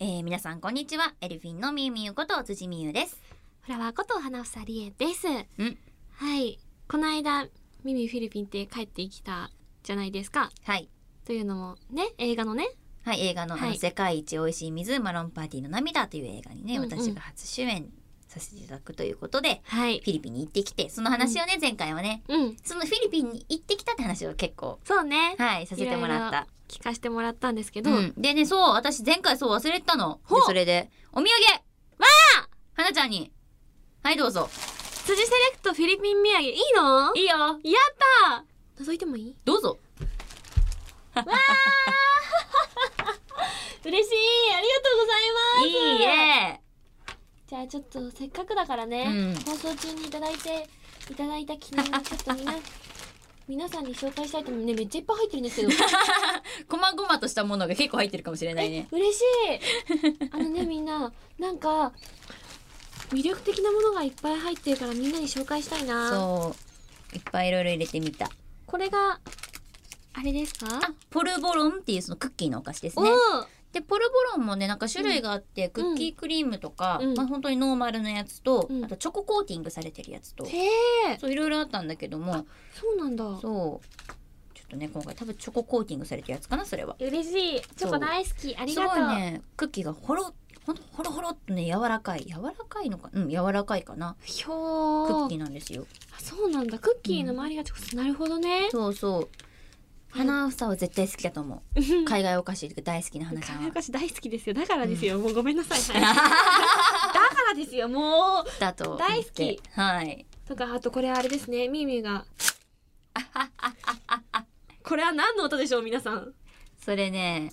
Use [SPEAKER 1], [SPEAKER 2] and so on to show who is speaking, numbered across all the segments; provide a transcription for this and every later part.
[SPEAKER 1] えー、皆さんこんにちはエルフィンのみゆみゆこと辻みゆです
[SPEAKER 2] フラワーこと花房理恵です。
[SPEAKER 1] ん
[SPEAKER 2] はい。この間、ミミフィリピンって帰ってきたじゃないですか。
[SPEAKER 1] はい
[SPEAKER 2] というのも、ね、映画のね、
[SPEAKER 1] はい映画の,、あ
[SPEAKER 2] は
[SPEAKER 1] の
[SPEAKER 2] い
[SPEAKER 1] 世界一美味しい水マロンパーティーの涙という映画にね、
[SPEAKER 2] うんうん
[SPEAKER 1] 私が初主演させていただくということで
[SPEAKER 2] はい
[SPEAKER 1] フ。ィリピンに行ってきてその話をね、前回はね
[SPEAKER 2] うん。
[SPEAKER 1] そのフィリピンに行ってきたって話を結構
[SPEAKER 2] そうね。
[SPEAKER 1] はいさせてもらった
[SPEAKER 2] いろいろ聞かせてもらったんですけど、
[SPEAKER 1] うん、でねそう私前回そう忘れてたので
[SPEAKER 2] ほう
[SPEAKER 1] それでお土産わあ花ちゃんにはいどうぞ
[SPEAKER 2] 辻セレクトフィリピン土産いいの
[SPEAKER 1] いいよ
[SPEAKER 2] やった覗いてもいい
[SPEAKER 1] どうぞ
[SPEAKER 2] 嬉しいありがとうございま
[SPEAKER 1] いい
[SPEAKER 2] す
[SPEAKER 1] え
[SPEAKER 2] じゃあちょっとせっかくだからね、
[SPEAKER 1] うん
[SPEAKER 2] 放送中にいただいていただいた記念をちょっとみな皆さんに紹介したいと思うねめっちゃいっぱい入ってるんですけど
[SPEAKER 1] 細々としたものが結構入ってるかもしれないね
[SPEAKER 2] 嬉しいあのねみんななんか魅力的なものがいっぱい入ってるからみんなに紹介したいな
[SPEAKER 1] そういっぱいいろいろ入れてみた
[SPEAKER 2] これがあれですか
[SPEAKER 1] あポルボロンっていうそのクッキーのお菓子です
[SPEAKER 2] お
[SPEAKER 1] ね
[SPEAKER 2] ー
[SPEAKER 1] でポルボロンもねなんか種類があって、クッキークリームとか、
[SPEAKER 2] うん
[SPEAKER 1] まあ本当にノーマルのやつと、
[SPEAKER 2] うん
[SPEAKER 1] あとチョココーティングされてるやつと、
[SPEAKER 2] へえ
[SPEAKER 1] そういろいろあったんだけども
[SPEAKER 2] そうなんだ
[SPEAKER 1] そうちょっとね今回多分チョココーティングされてるやつかなそれは
[SPEAKER 2] 嬉しいチョコ大好きあり
[SPEAKER 1] す
[SPEAKER 2] がと
[SPEAKER 1] ご
[SPEAKER 2] う
[SPEAKER 1] いねクッキーがほろほんとほろほろっとね柔らかい柔らかいのかうん柔らかいかな
[SPEAKER 2] ひ
[SPEAKER 1] ク
[SPEAKER 2] ょー
[SPEAKER 1] ッキーなんですよ
[SPEAKER 2] あそうなんだクッキーの周りがチョコ、なるほどね
[SPEAKER 1] そうそう花房は絶対好きだと思 う海外お菓子大好きな花ちゃんは
[SPEAKER 2] お菓子大好きですよだからですよ、もうごめんなさい、 はいだからですよもう
[SPEAKER 1] だと思って
[SPEAKER 2] 大好き
[SPEAKER 1] はい
[SPEAKER 2] とかあとこれあれですねミーミーが これは何の音でしょう皆さん
[SPEAKER 1] それね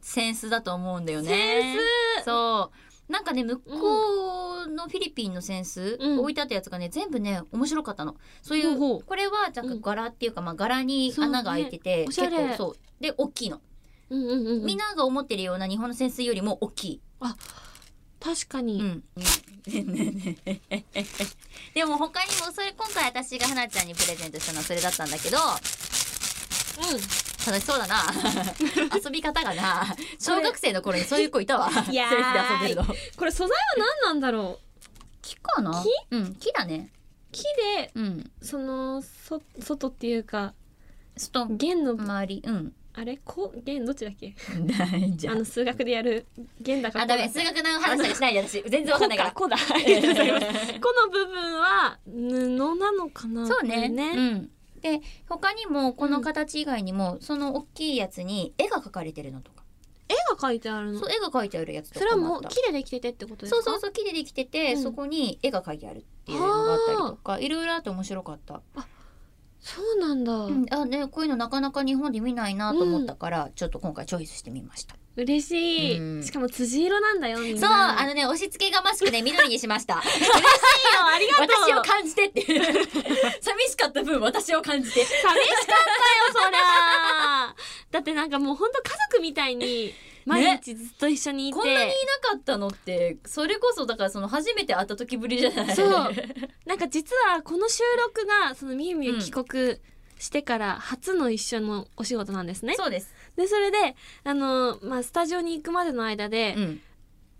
[SPEAKER 1] センスだと思うんだよね
[SPEAKER 2] センス
[SPEAKER 1] そうなんかね向こうのフィリピンのセンス、
[SPEAKER 2] うん
[SPEAKER 1] 置いてあったやつがね全部ね面白かったのそういう、
[SPEAKER 2] ほうほう
[SPEAKER 1] これはなんか柄っていうか、まあ柄に
[SPEAKER 2] そうね
[SPEAKER 1] 穴が開いてて、
[SPEAKER 2] おしゃれ
[SPEAKER 1] 結構そうで大きいの、
[SPEAKER 2] うんうんうん
[SPEAKER 1] みんなが思ってるような日本のセンスよりも大きい
[SPEAKER 2] 確かに、
[SPEAKER 1] ん。 でも他にもそれ今回私が花ちゃんにプレゼントしたのはそれだったんだけど楽しそう だな遊び方がな小学生の頃にそういう子いたわ
[SPEAKER 2] いやー
[SPEAKER 1] センスで遊んでるの
[SPEAKER 2] これ素材は何なんだろう
[SPEAKER 1] 木かなうん木だね
[SPEAKER 2] 木で
[SPEAKER 1] うん
[SPEAKER 2] そのそ外っていうか
[SPEAKER 1] ストン
[SPEAKER 2] 弦の、
[SPEAKER 1] 周りうん
[SPEAKER 2] あれこ弦どっちだっけ
[SPEAKER 1] 大丈
[SPEAKER 2] あ
[SPEAKER 1] 夫
[SPEAKER 2] の数学でやる弦だか
[SPEAKER 1] あ
[SPEAKER 2] こ
[SPEAKER 1] ダ
[SPEAKER 2] うだ
[SPEAKER 1] メ数学の話しかしないで私全然わかんないから
[SPEAKER 2] こだ。ありがとうござ いますこの部分は布なのか な。
[SPEAKER 1] そうね。う
[SPEAKER 2] ね。
[SPEAKER 1] ん。で他にもこの形以外にも、その大きいやつに絵が描かれてるのとか、
[SPEAKER 2] 絵が描いてあるの
[SPEAKER 1] そ。う絵が描いてあるやつと
[SPEAKER 2] そ
[SPEAKER 1] か
[SPEAKER 2] れは
[SPEAKER 1] も
[SPEAKER 2] も
[SPEAKER 1] あっ
[SPEAKER 2] う
[SPEAKER 1] た
[SPEAKER 2] 木でできててってことです
[SPEAKER 1] そ
[SPEAKER 2] か。
[SPEAKER 1] うそうそう木でできてて、
[SPEAKER 2] うん
[SPEAKER 1] そこに絵が描いてあるっていうのがあったりとかいろいろあって面白かった、
[SPEAKER 2] そうなんだ。
[SPEAKER 1] うんあねこういうのなかなか日本で見ないなと思ったから、ちょっと今回チョイスしてみました、
[SPEAKER 2] 嬉し
[SPEAKER 1] うん
[SPEAKER 2] い。しかも辻色なんだよ。みんな
[SPEAKER 1] そうあのね押し付けがましくね緑にしました 嬉しいよ
[SPEAKER 2] ありがとう
[SPEAKER 1] 私を感じてっていう 寂しかった分私を感じて
[SPEAKER 2] 寂しかったよそりゃ。 だってなんかもう本当家族みたいに毎日ずっと一緒にい て。
[SPEAKER 1] こんなにいなかったのってそれこそだからその初めて会った時ぶりじゃない
[SPEAKER 2] そう なんか実はこの収録がそのみゆみゆ帰国してから初の一緒のお仕事なんですね。
[SPEAKER 1] そうです、
[SPEAKER 2] でそれであの、まあ、スタジオに行くまでの間で、
[SPEAKER 1] うん、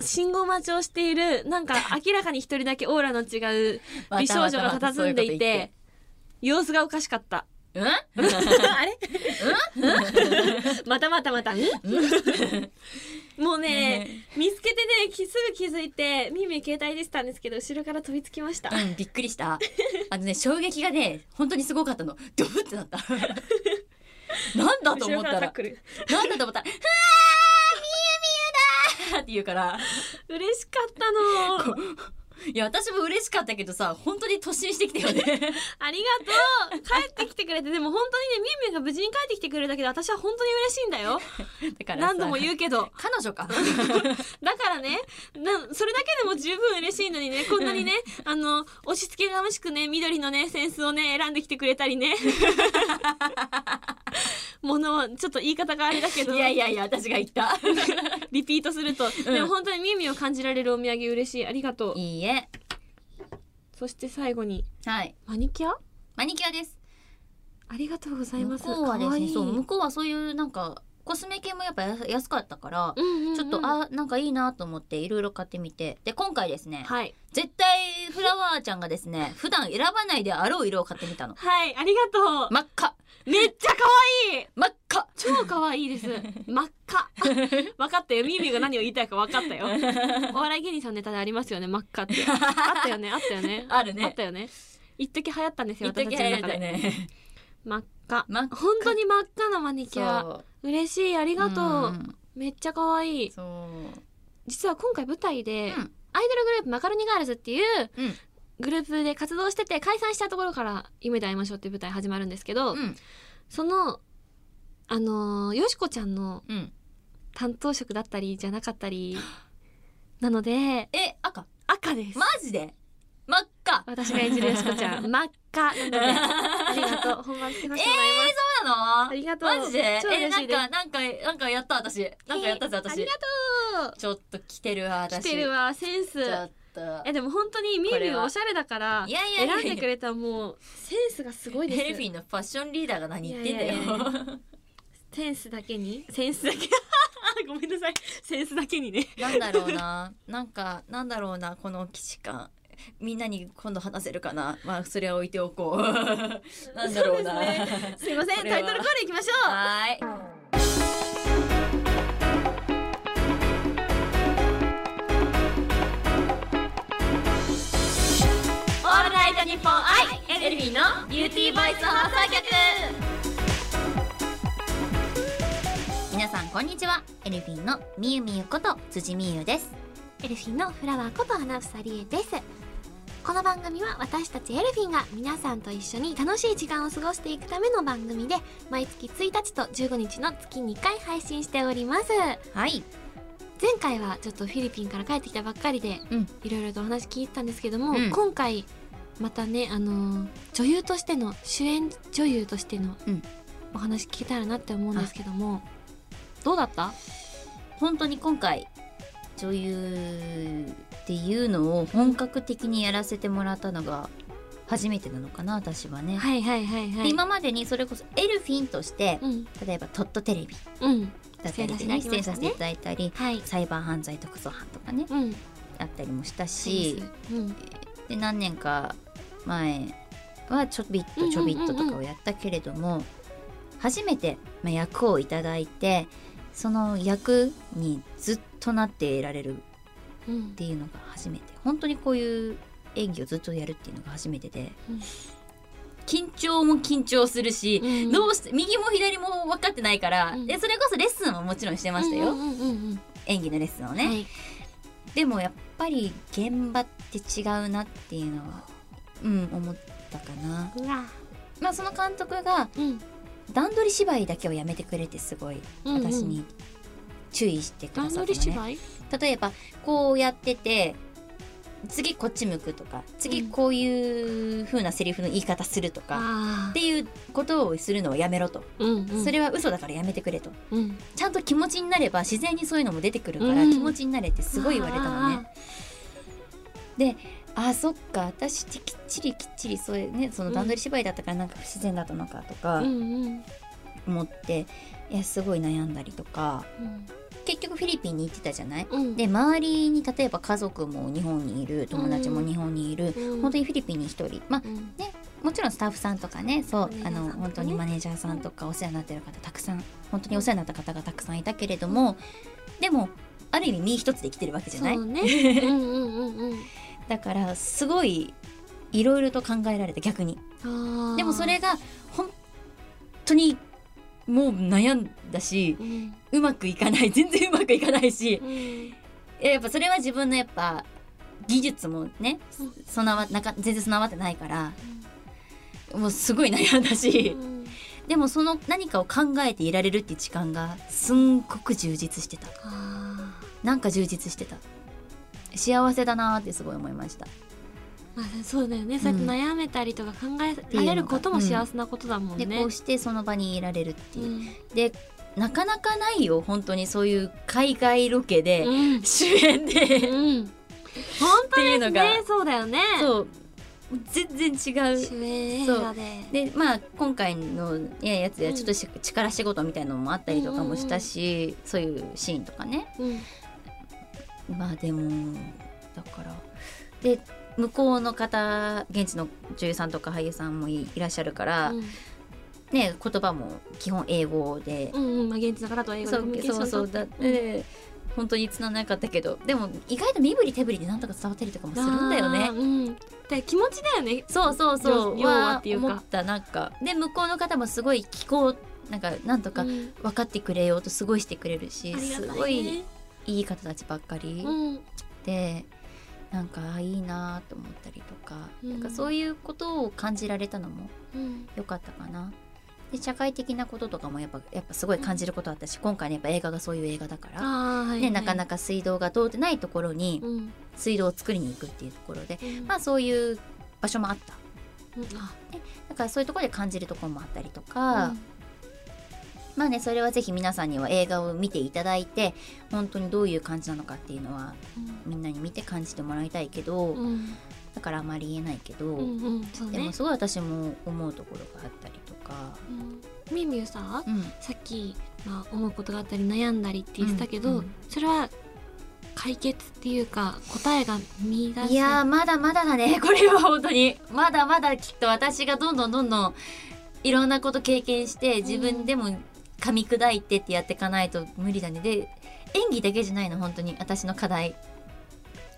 [SPEAKER 2] 信号待ちをしている なんか明らかに一人だけオーラの違う美少女が佇んでいて様子がおかしかった。
[SPEAKER 1] またまたそういうこと言ってうん
[SPEAKER 2] あれまたまたまた。ん もうね、見つけてね、きすぐ気づいて、みゆみゆ携帯でしたんですけど、後ろから飛びつきました。
[SPEAKER 1] うん、びっくりした。あのね、衝撃がね、本当にすごかったの。ドブってな った。なんだと
[SPEAKER 2] 後
[SPEAKER 1] 思
[SPEAKER 2] ろ
[SPEAKER 1] っ
[SPEAKER 2] から
[SPEAKER 1] た
[SPEAKER 2] タッ
[SPEAKER 1] ら、
[SPEAKER 2] クル。
[SPEAKER 1] なんだと思ったら、ふわーみゆみゆだーって言うから、
[SPEAKER 2] 嬉しかったの。
[SPEAKER 1] いや、私も嬉しかったけどさ、本当に突進してきたよね。
[SPEAKER 2] ありがとう帰ってきてくれてでも本当にねみゆみゆが無事に帰ってきてくれるだけで私は本当に嬉しいんだよ
[SPEAKER 1] だから
[SPEAKER 2] 何度も
[SPEAKER 1] う。
[SPEAKER 2] 言うけど
[SPEAKER 1] 彼女か。
[SPEAKER 2] だからねなそれだけでも十分嬉しいのにねこんなにねあの押し付けがましくね緑のねセンスをね選んできてくれた りねものをちょっと言い方があれだけど
[SPEAKER 1] いやいやいや、私が言った。
[SPEAKER 2] リピートすると、でも本当にみゆみゆを感じられるお土産嬉しいありがとう
[SPEAKER 1] いいえ。
[SPEAKER 2] そして最後に
[SPEAKER 1] はい。
[SPEAKER 2] マニキュア
[SPEAKER 1] マニキュアです。
[SPEAKER 2] ありがとうござい
[SPEAKER 1] 向
[SPEAKER 2] ます
[SPEAKER 1] こうはです
[SPEAKER 2] かわい
[SPEAKER 1] ね、
[SPEAKER 2] い
[SPEAKER 1] そう、向こうはそういうなんか、コスメ系もやっぱ安安かったから、
[SPEAKER 2] うんうんうん
[SPEAKER 1] ちょっとあなんかいいなと思っていろいろ買ってみてで今回ですね、
[SPEAKER 2] はい
[SPEAKER 1] 絶対フラワーちゃんがですね普段選ばないであろう色を買ってみたの
[SPEAKER 2] はいありがとう、
[SPEAKER 1] 真っ赤
[SPEAKER 2] めっちゃ可愛い
[SPEAKER 1] 真っ赤
[SPEAKER 2] 超可愛いです真っ赤 分かったよミーミーが何を言いたいか分かったよお笑い芸人さんのネタでありますよね真っ 赤ってあったよねあったよね
[SPEAKER 1] ある
[SPEAKER 2] あっ
[SPEAKER 1] ね
[SPEAKER 2] たよね一時流行ったんですよ
[SPEAKER 1] 一
[SPEAKER 2] 私
[SPEAKER 1] 時
[SPEAKER 2] た
[SPEAKER 1] 流
[SPEAKER 2] ち
[SPEAKER 1] 行っ
[SPEAKER 2] の中
[SPEAKER 1] た
[SPEAKER 2] で、
[SPEAKER 1] ね
[SPEAKER 2] 真っ赤
[SPEAKER 1] 真っ赤
[SPEAKER 2] 本当に真っ赤なマニキュア
[SPEAKER 1] そう
[SPEAKER 2] 嬉しいありがとう、
[SPEAKER 1] ん
[SPEAKER 2] めっちゃ可愛い
[SPEAKER 1] そう
[SPEAKER 2] 実は今回舞台で、
[SPEAKER 1] うん
[SPEAKER 2] アイドルグループマカロニガールズっていう
[SPEAKER 1] うん
[SPEAKER 2] グループで活動してて解散したところから「夢で会いましょう」っていう舞台始まるんですけど、
[SPEAKER 1] うん
[SPEAKER 2] そのあのーよしこちゃんの
[SPEAKER 1] うん
[SPEAKER 2] 担当職だったりじゃなかったりな ので
[SPEAKER 1] え赤
[SPEAKER 2] 赤です、
[SPEAKER 1] マジで真っ赤
[SPEAKER 2] 私が演じるよしこ ちゃん真っ赤なのでありがとう本番つけましてもらいます、
[SPEAKER 1] そうなの
[SPEAKER 2] ありがとう
[SPEAKER 1] マジで
[SPEAKER 2] 超
[SPEAKER 1] え
[SPEAKER 2] 嬉
[SPEAKER 1] な
[SPEAKER 2] し
[SPEAKER 1] ん
[SPEAKER 2] いです
[SPEAKER 1] かなんかなんかやった私なんかやったぜ
[SPEAKER 2] あ
[SPEAKER 1] 私
[SPEAKER 2] りがと
[SPEAKER 1] ちょっと来てるわ
[SPEAKER 2] う
[SPEAKER 1] 私
[SPEAKER 2] 来てるわセンス
[SPEAKER 1] ちょっと
[SPEAKER 2] えでも本当にみー
[SPEAKER 1] こ
[SPEAKER 2] み
[SPEAKER 1] れ
[SPEAKER 2] ー
[SPEAKER 1] は
[SPEAKER 2] おしゃれだから
[SPEAKER 1] いやいやいや
[SPEAKER 2] 選んでくれたもうセンスがすごいです
[SPEAKER 1] ヘルフィーのファッションリーダーが何言ってんだよ
[SPEAKER 2] いやいやいやセンスだけにセンスだ けごめんなさいセンスだけにね
[SPEAKER 1] なんだろうな なんかなんだろうなこの既視感みんなに今度話せるかなまあそれは置いておこう なんだろうな
[SPEAKER 2] そうですねすいません
[SPEAKER 1] これは
[SPEAKER 2] タイトルコールいきましょう
[SPEAKER 1] はーい
[SPEAKER 2] オールナイトニッポンアイエルフィーのビューティーボイス放送局
[SPEAKER 1] 皆さんこんにちはエルフィンのみゆみゆこと辻みゆです
[SPEAKER 2] エルフィーのフラワーこと花房理恵ですこの番組は私たちエルフィンが皆さんと一緒に楽しい時間を過ごしていくための番組で毎月1日と15日の月2回配信しております
[SPEAKER 1] はい
[SPEAKER 2] 前回はちょっとフィリピンから帰ってきたばっかりで
[SPEAKER 1] うん
[SPEAKER 2] いろいろとお話聞いたんですけども、
[SPEAKER 1] うん
[SPEAKER 2] 今回またね、あのー女優としての主演女優としての
[SPEAKER 1] うん
[SPEAKER 2] お話聞けたらなって思うんですけども、どうだった
[SPEAKER 1] 本当に今回女優っていうのを本格的にやらせてもらったのが初めてなのかな私はね、
[SPEAKER 2] はいはいはいは
[SPEAKER 1] で
[SPEAKER 2] い。
[SPEAKER 1] 今までにそれこそエルフィンとして
[SPEAKER 2] うん
[SPEAKER 1] 例えば「トットテレビ」
[SPEAKER 2] うん
[SPEAKER 1] だったり
[SPEAKER 2] 出演させていた
[SPEAKER 1] に出演さ
[SPEAKER 2] だきましたね
[SPEAKER 1] せていただいたり、
[SPEAKER 2] はい
[SPEAKER 1] サイバー犯罪特捜班とかね
[SPEAKER 2] うん
[SPEAKER 1] あったりもしたし
[SPEAKER 2] うん
[SPEAKER 1] で何年か前はちょびっとちょびっととかをやったけれども、初めてまあ役をいただいてその役にずっとなっていられる
[SPEAKER 2] う
[SPEAKER 1] っ
[SPEAKER 2] ん
[SPEAKER 1] ていうのが初めて本当にこういう演技をずっとやるっていうのが初めてで、
[SPEAKER 2] うん
[SPEAKER 1] 緊張も緊張するし、
[SPEAKER 2] うん
[SPEAKER 1] どうして右も左も分かってないから、
[SPEAKER 2] うん
[SPEAKER 1] でそれこそレッスンももちろんしてましたよ、
[SPEAKER 2] うんうんうんうん
[SPEAKER 1] 演技のレッスンをね、
[SPEAKER 2] はい
[SPEAKER 1] でもやっぱり現場って違うなっていうのはうん思ったかな
[SPEAKER 2] うわ
[SPEAKER 1] まあその監督が
[SPEAKER 2] うん
[SPEAKER 1] 段取り芝居だけをやめてくれてすごい
[SPEAKER 2] うんうん
[SPEAKER 1] 私に注意してくだ
[SPEAKER 2] 段
[SPEAKER 1] さったのね、
[SPEAKER 2] 取り芝居
[SPEAKER 1] 例えばこうやってて次こっち向くとか次こういう風なセリフの言い方するとか、
[SPEAKER 2] あ
[SPEAKER 1] っていうことをするのはやめろと、
[SPEAKER 2] ーうんうん
[SPEAKER 1] それは嘘だからやめてくれと
[SPEAKER 2] うん
[SPEAKER 1] ちゃんと気持ちになれば自然にそういうのも出てくるから、
[SPEAKER 2] うん
[SPEAKER 1] 気持ちになれってすごい言われたのね。あーそっか私ってきっちりきっちりそういうねその段取り芝居だったからなんか不自然だったのかと
[SPEAKER 2] あー
[SPEAKER 1] か
[SPEAKER 2] うんうん
[SPEAKER 1] 思って、いやすごい悩んだりとか
[SPEAKER 2] うん
[SPEAKER 1] 結局フィリピンに行ってたじゃない
[SPEAKER 2] うん
[SPEAKER 1] で周りに例えば家族も日本にいる友達も日本にいる、
[SPEAKER 2] うん
[SPEAKER 1] 本当にフィリピンに一人まあ
[SPEAKER 2] うん
[SPEAKER 1] もちろんスタッフさんとかねそう、
[SPEAKER 2] マネージ
[SPEAKER 1] あの
[SPEAKER 2] ャーさんとかね
[SPEAKER 1] 本当にマネージャーさんとかお世話になってる方たくさん本当にお世話になった方がたくさんいたけれどもでもある意味身一つで生きてるわけじゃない
[SPEAKER 2] そうねうんうんうん うん
[SPEAKER 1] だからすごいいろいろと考えられて逆に
[SPEAKER 2] あー
[SPEAKER 1] でもそれが本当にもう悩んだし
[SPEAKER 2] うん
[SPEAKER 1] うまくいかない全然うまくいかないし
[SPEAKER 2] うん
[SPEAKER 1] やっぱそれは自分のやっぱ技術もね
[SPEAKER 2] うん
[SPEAKER 1] 備わなんか全然備わってないからもうすごい悩んだ
[SPEAKER 2] う
[SPEAKER 1] し、
[SPEAKER 2] ん
[SPEAKER 1] でもその何かを考えていられるっていう時間がすんごく充実してた
[SPEAKER 2] あ
[SPEAKER 1] なんか充実してた幸せだなーってすごい思いました
[SPEAKER 2] ーまあそうだよね、そうやって悩めたりとか考えられることも幸せなことだもんね。
[SPEAKER 1] でこうしてその場にいられるっていう、
[SPEAKER 2] うん
[SPEAKER 1] でなかなかないよ本当にそういう海外ロケで、
[SPEAKER 2] うん
[SPEAKER 1] 主演で、
[SPEAKER 2] うん、本
[SPEAKER 1] っていう
[SPEAKER 2] 当
[SPEAKER 1] の
[SPEAKER 2] に
[SPEAKER 1] が
[SPEAKER 2] ねそうだよね。
[SPEAKER 1] そう全然違う
[SPEAKER 2] 主演映画で
[SPEAKER 1] でまあ今回のやつではちょっとし、力仕事みたいのもあったりとかもしたし、そういうシーンとかね
[SPEAKER 2] うん
[SPEAKER 1] まあでもだからで向こうの方現地の女優さんとか俳優さんもいいらっしゃるから、ね言葉も基本英語で
[SPEAKER 2] う、んうんまあ現地だからとは英語で
[SPEAKER 1] そ
[SPEAKER 2] コミ
[SPEAKER 1] う
[SPEAKER 2] ュニケーシ
[SPEAKER 1] そ
[SPEAKER 2] ョ
[SPEAKER 1] う
[SPEAKER 2] ン
[SPEAKER 1] そうだって、本当につななかったけどでも意外と身振り手振りでなんとか伝わったりとかもするんだよね
[SPEAKER 2] あー。うんで気持ちだよね
[SPEAKER 1] そうそうそう
[SPEAKER 2] 要はっていうか
[SPEAKER 1] 思ったなんかで向こうの方もすごい気候なんかなんとか
[SPEAKER 2] うん
[SPEAKER 1] 分かってくれようとすごいしてくれるし、
[SPEAKER 2] ありがた
[SPEAKER 1] す
[SPEAKER 2] ね
[SPEAKER 1] ごいいい方たちばっかり
[SPEAKER 2] うん
[SPEAKER 1] で、なんかあいいなと思ったりとか,、
[SPEAKER 2] うん
[SPEAKER 1] なんかそういうことを感じられたのも
[SPEAKER 2] うん
[SPEAKER 1] 良かったかな。で社会的なこととかもやっぱやっぱすごい感じることあったし、今回ねやっぱ映画がそういう映画だから、
[SPEAKER 2] あーはい
[SPEAKER 1] ね、なか
[SPEAKER 2] か
[SPEAKER 1] なか水道が通ってないところに
[SPEAKER 2] うん
[SPEAKER 1] 水道を作りに行くっていうところで、
[SPEAKER 2] うん
[SPEAKER 1] まあそういう場所もあった
[SPEAKER 2] うんあ
[SPEAKER 1] だからそういうところで感じるところもあったりとか、まあねそれはぜひ皆さんには映画を見ていただいて本当にどういう感じなのかっていうのは
[SPEAKER 2] うん
[SPEAKER 1] みんなに見て感じてもらいたいけど、
[SPEAKER 2] うん
[SPEAKER 1] だからあまり言えないけど、
[SPEAKER 2] うんうんそう
[SPEAKER 1] で
[SPEAKER 2] ね
[SPEAKER 1] もすごい私も思うところがあったりとか。
[SPEAKER 2] うんみゆみゆさ
[SPEAKER 1] うん
[SPEAKER 2] さっきまあ思うことがあったり悩んだりって言ってたけ
[SPEAKER 1] うんう
[SPEAKER 2] ど
[SPEAKER 1] ん
[SPEAKER 2] それは解決っていうか答えが見出せ
[SPEAKER 1] いやーまだまだだね これは本当にまだまだきっと私がどんどんどんどんいろんなこと経験して自分でも噛み砕いてってやっていかないと無理だねで演技だけじゃないの本当に私の課題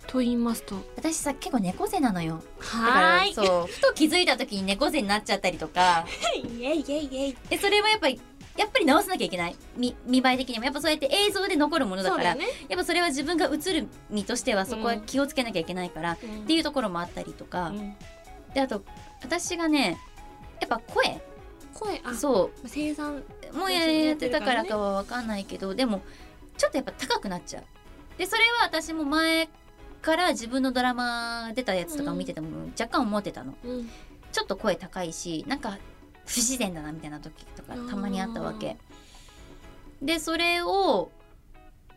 [SPEAKER 2] と言いますと
[SPEAKER 1] 私さ結構猫背なのよだ
[SPEAKER 2] は
[SPEAKER 1] か
[SPEAKER 2] ー
[SPEAKER 1] らそうふと気づいた時に猫背になっちゃったりとか
[SPEAKER 2] いイエイイエイイエイ
[SPEAKER 1] でそれもやっぱりやっぱり直さなきゃいけない見見栄え的にもやっぱそうやって映像で残るものだ
[SPEAKER 2] そう
[SPEAKER 1] か
[SPEAKER 2] だ
[SPEAKER 1] ら
[SPEAKER 2] よね
[SPEAKER 1] やっぱそれは自分が映る身としてはそこは気をつけなきゃいけないから、
[SPEAKER 2] っ
[SPEAKER 1] っていうところもあったりとか、であと私がねやっぱ声
[SPEAKER 2] 声あ
[SPEAKER 1] そ
[SPEAKER 2] 生
[SPEAKER 1] う
[SPEAKER 2] 産
[SPEAKER 1] もう
[SPEAKER 2] そうそう
[SPEAKER 1] やってたからかは分かんないけど、でもちょっとやっぱ高くなっちゃうでそれは私も前から自分のドラマ出たやつとかを見てても若干思ってたの、
[SPEAKER 2] うん
[SPEAKER 1] ちょっと声高いしなんか不自然だなみたいな時とかたまにあったわけでそれを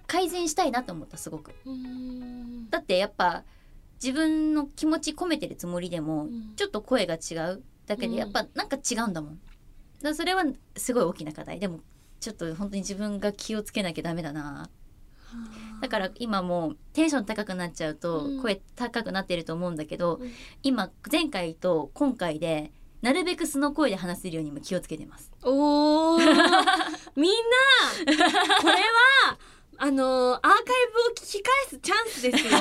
[SPEAKER 1] 改善したいなと思ったすごく
[SPEAKER 2] うん
[SPEAKER 1] だってやっぱ自分の気持ち込めてるつもりでも、
[SPEAKER 2] うん
[SPEAKER 1] ちょっと声が違うだけ
[SPEAKER 2] うん
[SPEAKER 1] でやっぱなんか違うんだもん。だからそれはすごい大きな課題でもちょっと本当に自分が気をつけなきゃダメだなだから今もうテンション高くなっちゃうと
[SPEAKER 2] うん
[SPEAKER 1] 声高くなってると思うんだけど、
[SPEAKER 2] うん
[SPEAKER 1] 今前回と今回でなるべく素の声で話せるように今気をつけてます。
[SPEAKER 2] おーみんなこれはあのーアーカイブを聞き返すチャンスで すよ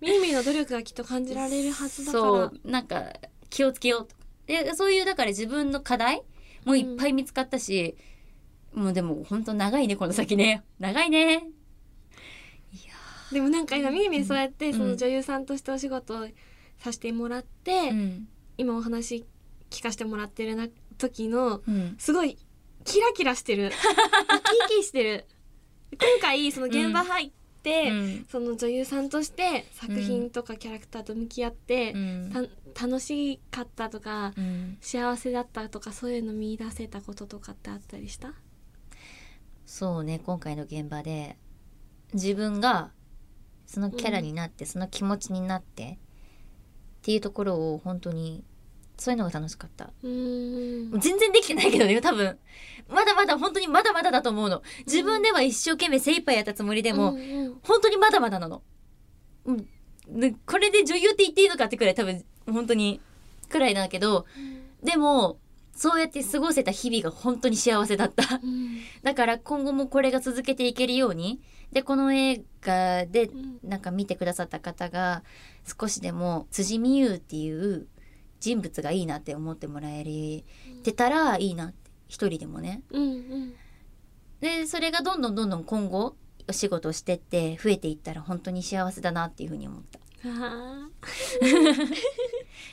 [SPEAKER 2] みーみーの努力がきっと感じられるはずだから
[SPEAKER 1] そうなんか気をつけようとでそういうだから自分の課題もいっぱい見つかったし、もうでも本当長いねこの先ね長いね
[SPEAKER 2] でもなんか今みーみーそうやっ
[SPEAKER 1] う
[SPEAKER 2] て
[SPEAKER 1] ん
[SPEAKER 2] その女優さんとしてお仕事をさせてもらって、
[SPEAKER 1] うん
[SPEAKER 2] 今お話聞かせてもらってるな時の
[SPEAKER 1] うん
[SPEAKER 2] すごいキラキラしてる生き生きしてる今回その現場入って、
[SPEAKER 1] うん
[SPEAKER 2] その女優さんとして作品とかキャラクターと向き合って
[SPEAKER 1] う、ん
[SPEAKER 2] た楽しかったとか
[SPEAKER 1] うん
[SPEAKER 2] 幸せだったとかそういうの見出せたこととかってあったりした
[SPEAKER 1] そうね今回の現場で自分がそのキャラになって、その気持ちになってっていうところを本当にそういうのが楽しかった
[SPEAKER 2] うーん
[SPEAKER 1] 全然できてないけどね多分まだまだ本当にまだまだだと思うの自分では一生懸命精一杯やったつもりでも、
[SPEAKER 2] うんうん
[SPEAKER 1] 本当にまだまだなの、うん、でこれで女優って言っていいのかってくらい多分本当にくらいだけどでもそうやって過ごせた日々が本当に幸せだった
[SPEAKER 2] うん
[SPEAKER 1] だから今後もこれが続けていけるようにでこの映画でなんか見てくださった方が少しでも辻美優っていう人物がいいなって思ってもらえてたらいいなって一人でもね。
[SPEAKER 2] うんうん
[SPEAKER 1] でそれがどんどんどんどん今後お仕事をしてって増えていったら本当に幸せだなっていうふうに思った。
[SPEAKER 2] あ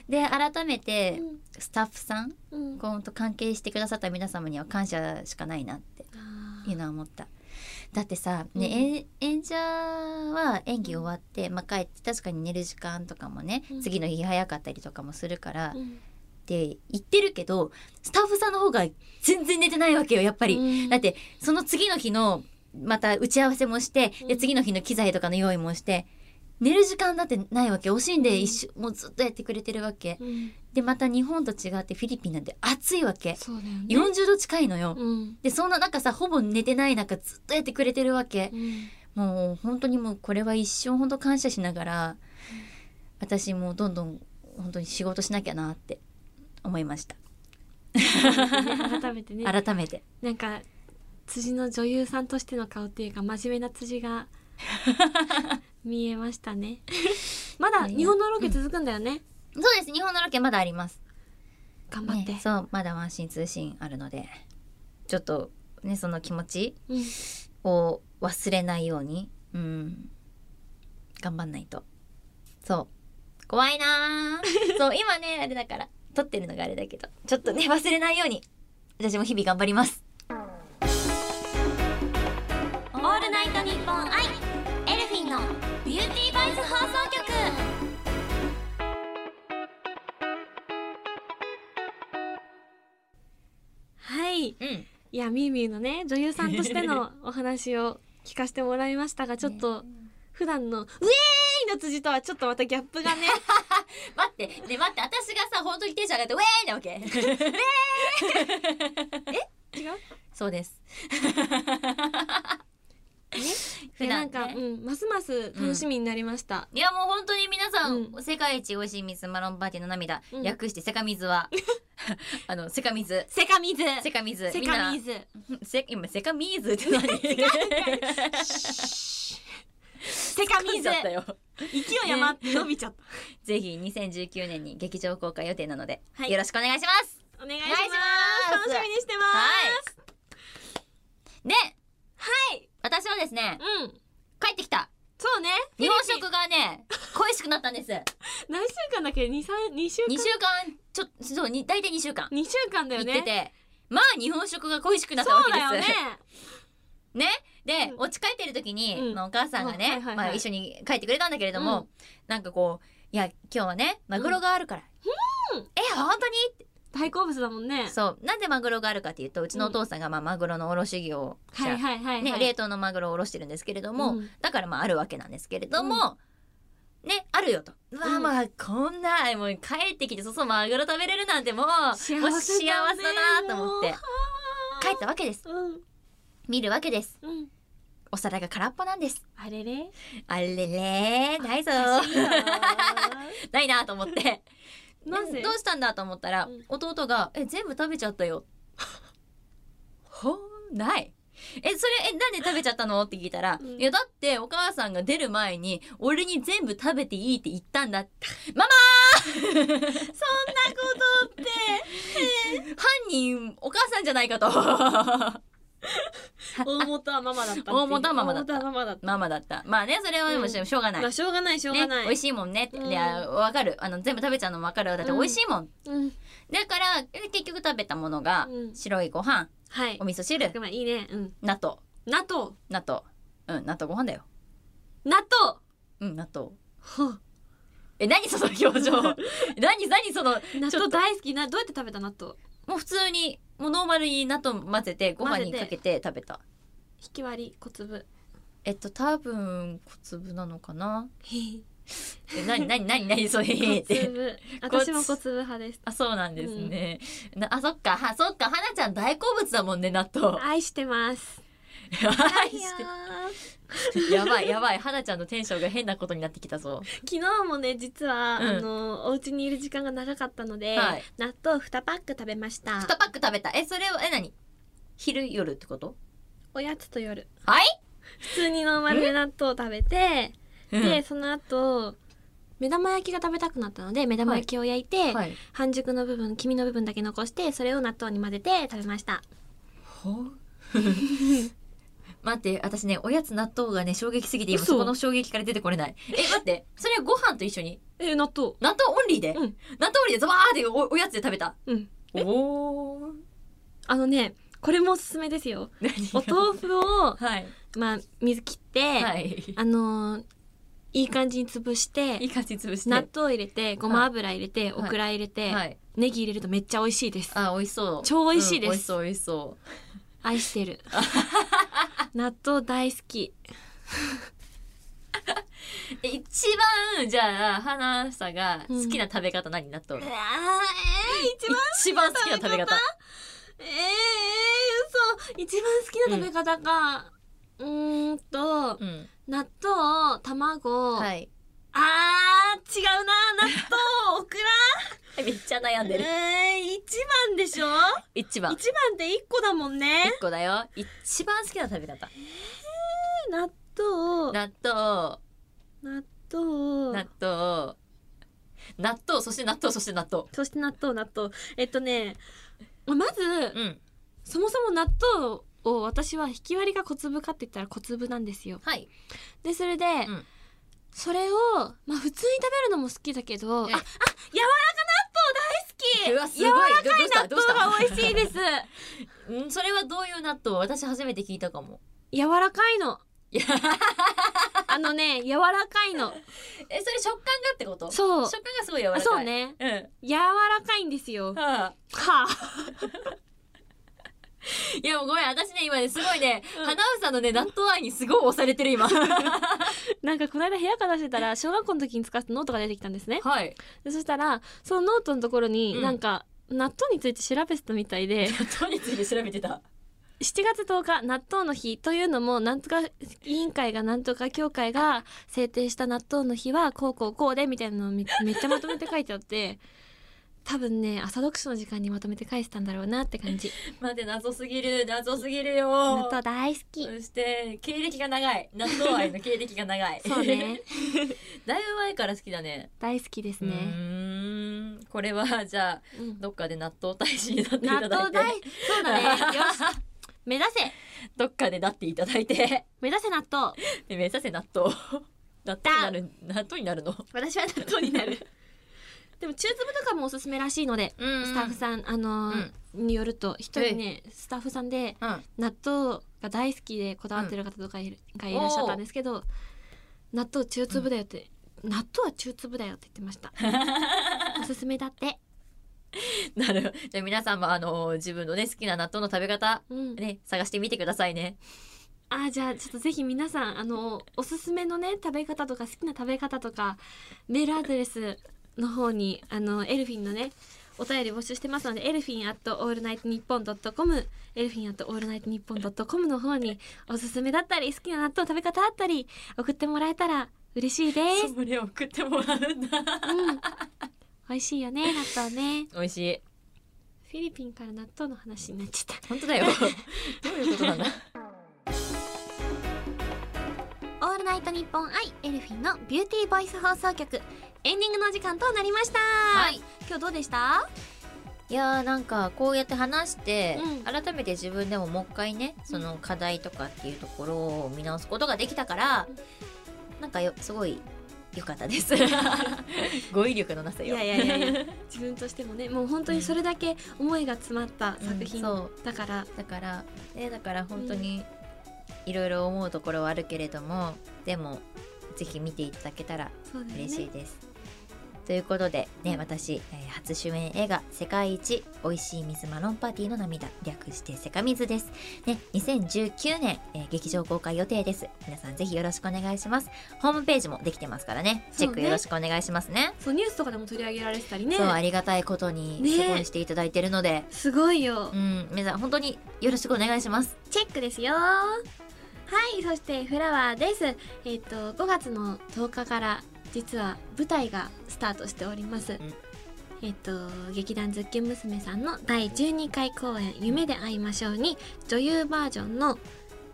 [SPEAKER 1] で改めて
[SPEAKER 2] ーうん
[SPEAKER 1] スタッフさん
[SPEAKER 2] うん
[SPEAKER 1] 今後関係してくださった皆様には感謝しかないなって
[SPEAKER 2] あ
[SPEAKER 1] い
[SPEAKER 2] ー
[SPEAKER 1] うのは思っただってさ、
[SPEAKER 2] うん
[SPEAKER 1] ねえ演者は演技終わって、まあ、帰って確かに寝る時間とかもね、
[SPEAKER 2] うん
[SPEAKER 1] 次の日早かったりとかもするから、
[SPEAKER 2] う
[SPEAKER 1] っ
[SPEAKER 2] んやって
[SPEAKER 1] 言ってるけどスタッフさんの方が全然寝てないわけよやっぱ
[SPEAKER 2] ぱ
[SPEAKER 1] り、だってその次の日のまた打ち合わせもして、
[SPEAKER 2] う
[SPEAKER 1] で
[SPEAKER 2] ん
[SPEAKER 1] 次の日の機材とかの用意もして寝る時間だってないわけ惜しんで一緒もうずっとやってくれてるわけ
[SPEAKER 2] うん、
[SPEAKER 1] でまた日本と違ってフィリピンなんて暑いわけ
[SPEAKER 2] そうだよね
[SPEAKER 1] 40度近いのよ
[SPEAKER 2] うん
[SPEAKER 1] でそんな中さほぼ寝てない中ずっとやってくれてるわけ
[SPEAKER 2] うん
[SPEAKER 1] もう本当にもうこれは一生本当感謝しながら私もうどんどん本当に仕事しなきゃなって思いました
[SPEAKER 2] 改めてね
[SPEAKER 1] 改めて
[SPEAKER 2] なんか辻の女優さんとしての顔っていうか真面目な辻 が見えましたねまだ日本のロケ続くんだよね、
[SPEAKER 1] そうです日本のロケまだあります
[SPEAKER 2] 頑張って、
[SPEAKER 1] ねそうまだワンシーン通信あるのでちょっとねその気持ち
[SPEAKER 2] うん
[SPEAKER 1] を忘れないようにうん頑張んないとそう怖いな ーそう今ねあれだから撮ってるのがあれだけどちょっとね忘れないように私も日々頑張ります
[SPEAKER 2] オールナイトニッポン愛エルフィンのビューティーバイス放送局はい
[SPEAKER 1] うん
[SPEAKER 2] いやみーみーのね女優さんとしてのお話を聞かせてもらいま したがちょっと普段の「ウェーイ!」の辻とはちょっとまたギャップがね
[SPEAKER 1] 待ってね待って私がさ本当にテンション上がってウェーなわけ
[SPEAKER 2] 違う
[SPEAKER 1] そう です
[SPEAKER 2] で
[SPEAKER 1] 普段
[SPEAKER 2] なん
[SPEAKER 1] ね
[SPEAKER 2] か、うん、ますます楽しみになりました、
[SPEAKER 1] いやもう本当に皆さん、
[SPEAKER 2] う
[SPEAKER 1] 世界一美味しい水マロンパーティーの涙、
[SPEAKER 2] うん
[SPEAKER 1] 略してセカミズ はあのセカミズ
[SPEAKER 2] セカミズ
[SPEAKER 1] セカミズ
[SPEAKER 2] セカミズ
[SPEAKER 1] みんなせ今セカミーズって何
[SPEAKER 2] セカ
[SPEAKER 1] 噛
[SPEAKER 2] ミズ
[SPEAKER 1] んじゃったよ
[SPEAKER 2] 勢い余って伸びちゃった
[SPEAKER 1] ぜひ2019年に劇場公開予定なので、
[SPEAKER 2] はい
[SPEAKER 1] よろしくお願いします
[SPEAKER 2] お願いし
[SPEAKER 1] お願いしま
[SPEAKER 2] ますす楽しみにしてます
[SPEAKER 1] はいではい私はですね
[SPEAKER 2] うん
[SPEAKER 1] 帰ってきた
[SPEAKER 2] そうね
[SPEAKER 1] 日本食がね恋しくなったん です
[SPEAKER 2] 何週間だっけ二三二週間
[SPEAKER 1] 2週間ちょそうに大体2週間
[SPEAKER 2] 二週間だ
[SPEAKER 1] 行
[SPEAKER 2] よ
[SPEAKER 1] って
[SPEAKER 2] ね
[SPEAKER 1] て、まあ日本食が恋しくなったわ
[SPEAKER 2] そう
[SPEAKER 1] け
[SPEAKER 2] だ
[SPEAKER 1] です
[SPEAKER 2] よね
[SPEAKER 1] ねで、
[SPEAKER 2] うん
[SPEAKER 1] お家帰ってる時に、
[SPEAKER 2] うん
[SPEAKER 1] まあお母さんがね、
[SPEAKER 2] はいはいはい
[SPEAKER 1] まあ、一緒に帰ってくれたんだけれども、なんかこう「いや今日はねマグロがあるから」
[SPEAKER 2] うん
[SPEAKER 1] え本当に?
[SPEAKER 2] 大好物だもんね」
[SPEAKER 1] そうなんでマグロがあるかっていうとうちのお父さんが、まあ、マグロの卸業をし
[SPEAKER 2] はい
[SPEAKER 1] た、
[SPEAKER 2] はいはいはい、
[SPEAKER 1] ね、冷凍のマグロを卸してるんですけれども、
[SPEAKER 2] うん
[SPEAKER 1] だからまああるわけなんですけれども、ねあるよと。うわ
[SPEAKER 2] うん
[SPEAKER 1] まあこんなもう帰ってきてそうそうマグロ食べれるなんてもう
[SPEAKER 2] 幸せだね
[SPEAKER 1] もう幸せだなと思って
[SPEAKER 2] も
[SPEAKER 1] 帰ったわけです
[SPEAKER 2] うん
[SPEAKER 1] 見るわけです
[SPEAKER 2] うん
[SPEAKER 1] お皿が空っぽなんです
[SPEAKER 2] あれれ
[SPEAKER 1] あれれーないぞ
[SPEAKER 2] おかしいよ
[SPEAKER 1] ないなと思 って
[SPEAKER 2] な
[SPEAKER 1] で
[SPEAKER 2] ぜ
[SPEAKER 1] どうしたんだと思ったら、
[SPEAKER 2] うん
[SPEAKER 1] 弟が「え全部食べちゃったよ」 ほーないえそれえなんで食べちゃったのって聞いたら、
[SPEAKER 2] うん
[SPEAKER 1] いやだってお母さんが出る前に俺に全部食べていいって言ったんだってママ
[SPEAKER 2] そんなこと って
[SPEAKER 1] 犯人お母さんじゃないかと マ
[SPEAKER 2] 大元はママだったっていう
[SPEAKER 1] 大元はママだった
[SPEAKER 2] 大元はママだった
[SPEAKER 1] マだったまあねそれはでもし
[SPEAKER 2] うん
[SPEAKER 1] しょうがない、
[SPEAKER 2] まあしょうがないしょうがない、
[SPEAKER 1] ね、美味しいもんねって、
[SPEAKER 2] うん
[SPEAKER 1] であわかるあの全部食べちゃうのもわかるわだって美味しいもん、
[SPEAKER 2] うん
[SPEAKER 1] だからえ結局食べたものが、
[SPEAKER 2] うん
[SPEAKER 1] 白いご飯
[SPEAKER 2] はい
[SPEAKER 1] お味噌汁
[SPEAKER 2] ごめんいいねうん
[SPEAKER 1] 納豆
[SPEAKER 2] 納豆
[SPEAKER 1] 納豆うん納豆ご飯だよ
[SPEAKER 2] 納豆
[SPEAKER 1] うん納豆
[SPEAKER 2] ほう
[SPEAKER 1] え何その表情 何何その
[SPEAKER 2] 納
[SPEAKER 1] ちょっ
[SPEAKER 2] 豆
[SPEAKER 1] と
[SPEAKER 2] 大好きなどうやって食べた納豆
[SPEAKER 1] もう普通にもうノーマルに納豆混ぜてご飯にかけて食べた
[SPEAKER 2] 引き割り小 粒
[SPEAKER 1] えっと多分小粒なのかなえ何 何何何それっ
[SPEAKER 2] 小
[SPEAKER 1] て
[SPEAKER 2] 粒私も小粒派です
[SPEAKER 1] あそうなんですね、なあそっかはそっかはなちゃん大好物だもんね納豆
[SPEAKER 2] 愛してます
[SPEAKER 1] 愛
[SPEAKER 2] いや
[SPEAKER 1] し
[SPEAKER 2] ー
[SPEAKER 1] て やばいやばいはなちゃんのテンションが変なことになってきたぞ
[SPEAKER 2] 昨日もね実は、
[SPEAKER 1] うん
[SPEAKER 2] あのお家にいる時間が長かったので、
[SPEAKER 1] はい
[SPEAKER 2] 納豆2パック食べました
[SPEAKER 1] 2パック食べたえそれはえ何昼夜ってこと
[SPEAKER 2] おやつと夜
[SPEAKER 1] はい
[SPEAKER 2] 普通にノーマルで納豆を食べてでその後目玉焼きが食べたくなったので目玉焼きを焼い
[SPEAKER 1] う
[SPEAKER 2] て、
[SPEAKER 1] んはい
[SPEAKER 2] 半熟の部分黄身の部分だけ残してそれを納豆に混ぜて食べました
[SPEAKER 1] ほ待って私ねおやつ納豆がね衝撃すぎて今
[SPEAKER 2] 嘘
[SPEAKER 1] そこの衝撃から出てこれないえ待ってそれはご飯と一緒に
[SPEAKER 2] え納豆
[SPEAKER 1] 納豆オンリーで、
[SPEAKER 2] うん
[SPEAKER 1] 納豆オンリーでザバーっておおやつで食べた
[SPEAKER 2] うん
[SPEAKER 1] おお
[SPEAKER 2] あのねこれもおすすめです よ
[SPEAKER 1] 何
[SPEAKER 2] お豆腐を
[SPEAKER 1] はい
[SPEAKER 2] まあ水切って、
[SPEAKER 1] はい
[SPEAKER 2] あのーいい感じに潰し
[SPEAKER 1] い
[SPEAKER 2] て
[SPEAKER 1] い感じに潰して
[SPEAKER 2] 納豆入れてごま油入れて、
[SPEAKER 1] はい
[SPEAKER 2] オクラ入れて、
[SPEAKER 1] はい
[SPEAKER 2] ネギ入れるとめっちゃ美味しいです
[SPEAKER 1] あ美味しそう
[SPEAKER 2] 超美味しいです
[SPEAKER 1] うん美味しそう美味しそ
[SPEAKER 2] 愛し てる納豆大好き
[SPEAKER 1] うえ一一番じゃあ花房が好きな食べ方何納豆
[SPEAKER 2] う
[SPEAKER 1] の
[SPEAKER 2] わーえー、一番
[SPEAKER 1] 一番好きな食べ方
[SPEAKER 2] えー、嘘一番好きな食べ方か、うーんと
[SPEAKER 1] うん
[SPEAKER 2] 納豆卵、
[SPEAKER 1] はい
[SPEAKER 2] あー違うな納豆オク
[SPEAKER 1] めっちゃ悩ん
[SPEAKER 2] ラ
[SPEAKER 1] でる
[SPEAKER 2] えー、一番でしょ
[SPEAKER 1] 一
[SPEAKER 2] 一
[SPEAKER 1] 番
[SPEAKER 2] 番って一個だもんね
[SPEAKER 1] 一個だよ一番好きな食べ方
[SPEAKER 2] 納豆
[SPEAKER 1] 納豆
[SPEAKER 2] 納豆
[SPEAKER 1] 納豆納豆そして納豆そして納豆
[SPEAKER 2] そして納豆納豆えっとねまず
[SPEAKER 1] うん
[SPEAKER 2] そもそも納豆を私は引き割りが小粒かって言ったら小粒なんですよ
[SPEAKER 1] はい
[SPEAKER 2] でそれで、
[SPEAKER 1] ん
[SPEAKER 2] それをまあ普通に食べるのも好きだけど、
[SPEAKER 1] ええ
[SPEAKER 2] ああ
[SPEAKER 1] う
[SPEAKER 2] 柔らか納豆大
[SPEAKER 1] わ
[SPEAKER 2] 好
[SPEAKER 1] すごい
[SPEAKER 2] き柔らかい
[SPEAKER 1] どう
[SPEAKER 2] 納
[SPEAKER 1] した
[SPEAKER 2] 豆が美味 しいです
[SPEAKER 1] うんそれはどういう納豆私初めて聞いたかも
[SPEAKER 2] 柔らかいの
[SPEAKER 1] いや
[SPEAKER 2] あのね柔らか いの
[SPEAKER 1] えそれ食感がってこと
[SPEAKER 2] そう
[SPEAKER 1] 食感がすごい柔らか
[SPEAKER 2] あ
[SPEAKER 1] い
[SPEAKER 2] そうね
[SPEAKER 1] うん
[SPEAKER 2] 柔らかいんですよは
[SPEAKER 1] はあ
[SPEAKER 2] あ
[SPEAKER 1] いやもうごめん私ね今ねすごいね、
[SPEAKER 2] うん
[SPEAKER 1] 花房さんのね納豆愛にすごい押されてる 今
[SPEAKER 2] なんかこの間部屋からしてたら小学校の時に使ったノートが出てきたんですね
[SPEAKER 1] はい
[SPEAKER 2] でそしたらそのノートのところに
[SPEAKER 1] うん
[SPEAKER 2] なんか、納豆について調べてたみたいで7
[SPEAKER 1] 納豆について調べてた
[SPEAKER 2] 月10日納豆の日というのもなんとか委員会がなんとか協会が制定した納豆の日はこうこうこうでみたいなのをめめっちゃまとめて書いてあって多分ね朝読書の時間にまとめて返したんだろうなって感じ
[SPEAKER 1] 待って謎すぎる謎すぎる
[SPEAKER 2] 納
[SPEAKER 1] よ
[SPEAKER 2] 豆大好き
[SPEAKER 1] そして経歴が長い納豆愛の経歴が長い
[SPEAKER 2] そうね
[SPEAKER 1] だいぶ前から好きだね
[SPEAKER 2] 大好きです
[SPEAKER 1] う
[SPEAKER 2] ね、
[SPEAKER 1] ーんこれはじゃあ
[SPEAKER 2] うん
[SPEAKER 1] どっかで納豆大使になってい
[SPEAKER 2] 納
[SPEAKER 1] ただ
[SPEAKER 2] 豆
[SPEAKER 1] いて
[SPEAKER 2] 大そうだねよし目指せ
[SPEAKER 1] どっかでなっていただいて
[SPEAKER 2] 目指せ納豆
[SPEAKER 1] で目指せ納豆納豆になる納豆になるの
[SPEAKER 2] 私は納豆になる でも中粒とかもおすすめらしいので
[SPEAKER 1] うん
[SPEAKER 2] スタッフさん、あのーによると一人ねスタッフさんで
[SPEAKER 1] うん
[SPEAKER 2] 納豆が大好きでこだわってる方とかいる、がいらっしゃったんですけど納豆中粒だよって、納豆は中粒だよって言ってましたおすすめだって、
[SPEAKER 1] なるじゃあ皆さんもあの自分のね好きな納豆の食べ方
[SPEAKER 2] うん、
[SPEAKER 1] ね探してみてくださいね
[SPEAKER 2] あーじゃあちょっとぜひ皆さんあのおすすめのね食べ方とか好きな食べ方とかメールアドレスの方にあのエルフィンのねお便り募集してますのでエルフィン at all night 日本 .com エルフィン at all night 日本 .com の方におすすめだったり好きな納豆食べ方あったり送ってもらえたら嬉しいです。
[SPEAKER 1] それを送ってもらうんだ
[SPEAKER 2] うん、美味しいよね納豆ね。
[SPEAKER 1] 美味しい
[SPEAKER 2] フィリピンから納豆の話になっちゃっ
[SPEAKER 1] 本当だよ どういうことなんだ
[SPEAKER 2] た。オールナイト日本愛エルフィンのビューティーボイス放送局エンディングの時間となりました。は
[SPEAKER 1] はい
[SPEAKER 2] 今日どうでした
[SPEAKER 1] いやーなんかこうやって話して、
[SPEAKER 2] うん
[SPEAKER 1] 改めて自分でももう一回ねその課題とかっていうところを見直すことができたからなんかよすごい良かったです 語彙力のなさ
[SPEAKER 2] い
[SPEAKER 1] よ
[SPEAKER 2] やいやいや いや自分としてもねもう本当にそれだけ思いが詰まった
[SPEAKER 1] う
[SPEAKER 2] 作品
[SPEAKER 1] んそう
[SPEAKER 2] だから、
[SPEAKER 1] だから、ね、だから本当にいろいろ思うところはあるけれども、でもぜひ見ていただけたら
[SPEAKER 2] そうだよね
[SPEAKER 1] 嬉しいです。ということで、ね、私、えー初主演映画「世界一おいしい水マロンパーティーの涙」略して「セカミズ」です。ね、2019年、えー劇場公開予定です。皆さんぜひよろしくお願いします。ホームページもできてますからね、チェッ
[SPEAKER 2] そう
[SPEAKER 1] ク
[SPEAKER 2] ね
[SPEAKER 1] よろしくお願いしますね。
[SPEAKER 2] そうニュースとかでも取り上げられてたりね
[SPEAKER 1] そう,、ありがたいことに
[SPEAKER 2] ね
[SPEAKER 1] すごいしていただいてるので、
[SPEAKER 2] すごいよ、
[SPEAKER 1] うん、皆さん本当によろしくお願いします。
[SPEAKER 2] チェックですよはいそしてフラワーですえっ、と5月の10日から実は舞台がスタートしております、
[SPEAKER 1] ん
[SPEAKER 2] えっと劇団ズッキュン娘さんの第12回公演「夢で会いましょう」に女優バージョンの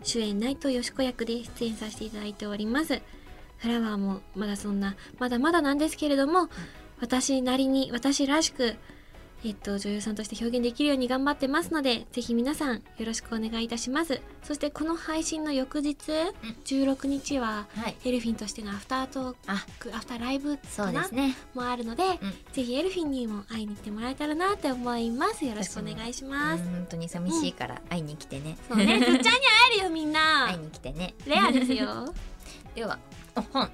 [SPEAKER 2] 主演内藤よし子役で出演させていただいておりますフラワーもまだそんなまだまだなんですけれども私なりに私らしくえっと、女優さんとして表現できるように頑張ってますので、ぜひ皆さんよろしくお願いいたします。そしてこの配信の翌日、16日は、
[SPEAKER 1] はい。
[SPEAKER 2] エルフィンとしてのアフタートー
[SPEAKER 1] あ、
[SPEAKER 2] ク、アフターライブ
[SPEAKER 1] そうで
[SPEAKER 2] かな
[SPEAKER 1] すね。
[SPEAKER 2] もあるので、ぜひエルフィンにも会いに来てもらえたらなって思います。よろしくお願いし
[SPEAKER 1] うん
[SPEAKER 2] ます。
[SPEAKER 1] 本当に寂しいから会いに来てね。
[SPEAKER 2] そうね、ずっちゃんに会えるよみん
[SPEAKER 1] 会い
[SPEAKER 2] な。
[SPEAKER 1] に来てね。
[SPEAKER 2] レアです よ。
[SPEAKER 1] では、お本。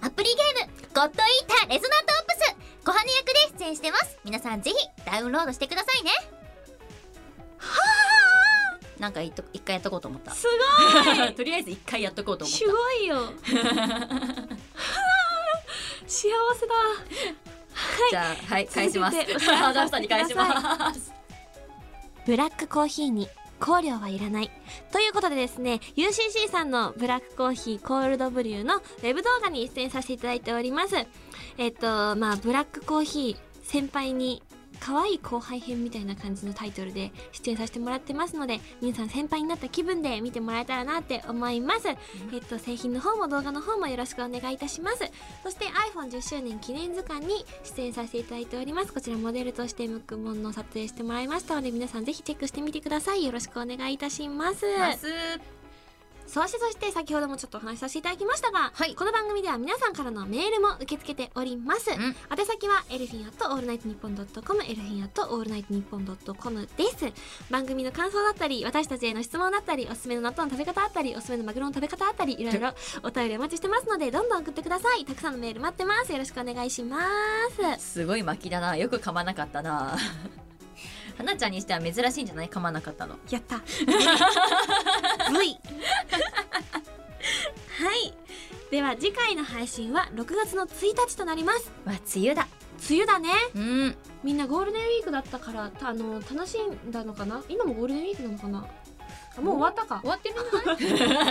[SPEAKER 1] アプリゲーム、ゴッドイーターレゾナントオプス、ごはね役で出演してます。皆さんぜひダウンロードしてくださいね。はあ。なんかいっと一回やっとこうと思った。
[SPEAKER 2] すごい
[SPEAKER 1] とりあえず一回やっとこうと思っ
[SPEAKER 2] すごいよ。は 幸せだ
[SPEAKER 1] じゃあはい返します
[SPEAKER 2] 続けて
[SPEAKER 1] アナウンサーに返します
[SPEAKER 2] ブラックコーヒーに香料はいらない。ということでですね、UCC さんのブラックコーヒーコールドブリューのウェブ動画に出演させていただいております。えっと、まあ、ブラックコーヒー先輩に可愛い後輩編みたいな感じのタイトルで出演させてもらってますので、皆さん先輩になった気分で見てもらえたらなって思います。えっと、製品の方も動画の方もよろしくお願いいたします。そして iPhone10 周年記念図鑑に出演させていただいております。こちらモデルとしてムックモンの撮影してもらいましたので、皆さんぜひチェックしてみてください。よろしくお願いいたします。
[SPEAKER 1] ます
[SPEAKER 2] そしてそして先ほどもちょっとお話しさせていただきましたが、
[SPEAKER 1] はい
[SPEAKER 2] この番組では皆さんからのメールも受け付けております。
[SPEAKER 1] ん
[SPEAKER 2] 宛先はエルフィンアットオールナイトニッポンドットコムエルフィンアットオールナイトニッポンドットコムです番組の感想だったり私たちへの質問だったりおすすめの納豆の食べ方だったりおすすめのマグロの食べ方だったりいろいろお便りお待ちしてますのでどんどん送ってくださいたくさんのメール待ってますよろしくお願いします
[SPEAKER 1] すごい巻きだなよく噛まなかったな はなちゃんにしては珍しいんじゃない噛まなかったの
[SPEAKER 2] やった V はいでは次回の配信は6月の1日となります
[SPEAKER 1] わ梅雨だ
[SPEAKER 2] 梅雨だね
[SPEAKER 1] うん
[SPEAKER 2] みんなゴールデンウィークだったからたあの楽しんだのかな今もゴールデンウィークなのかなあもう終わったか
[SPEAKER 1] 終わってるんじゃない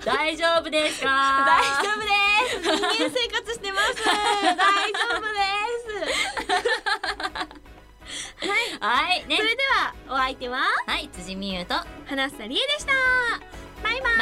[SPEAKER 1] 大丈夫ですか
[SPEAKER 2] 大丈夫です人間生活してます大丈夫です
[SPEAKER 1] はいね
[SPEAKER 2] それではお相手は
[SPEAKER 1] はい辻美優と
[SPEAKER 2] 花房理恵でしたバイバイ
[SPEAKER 1] バイ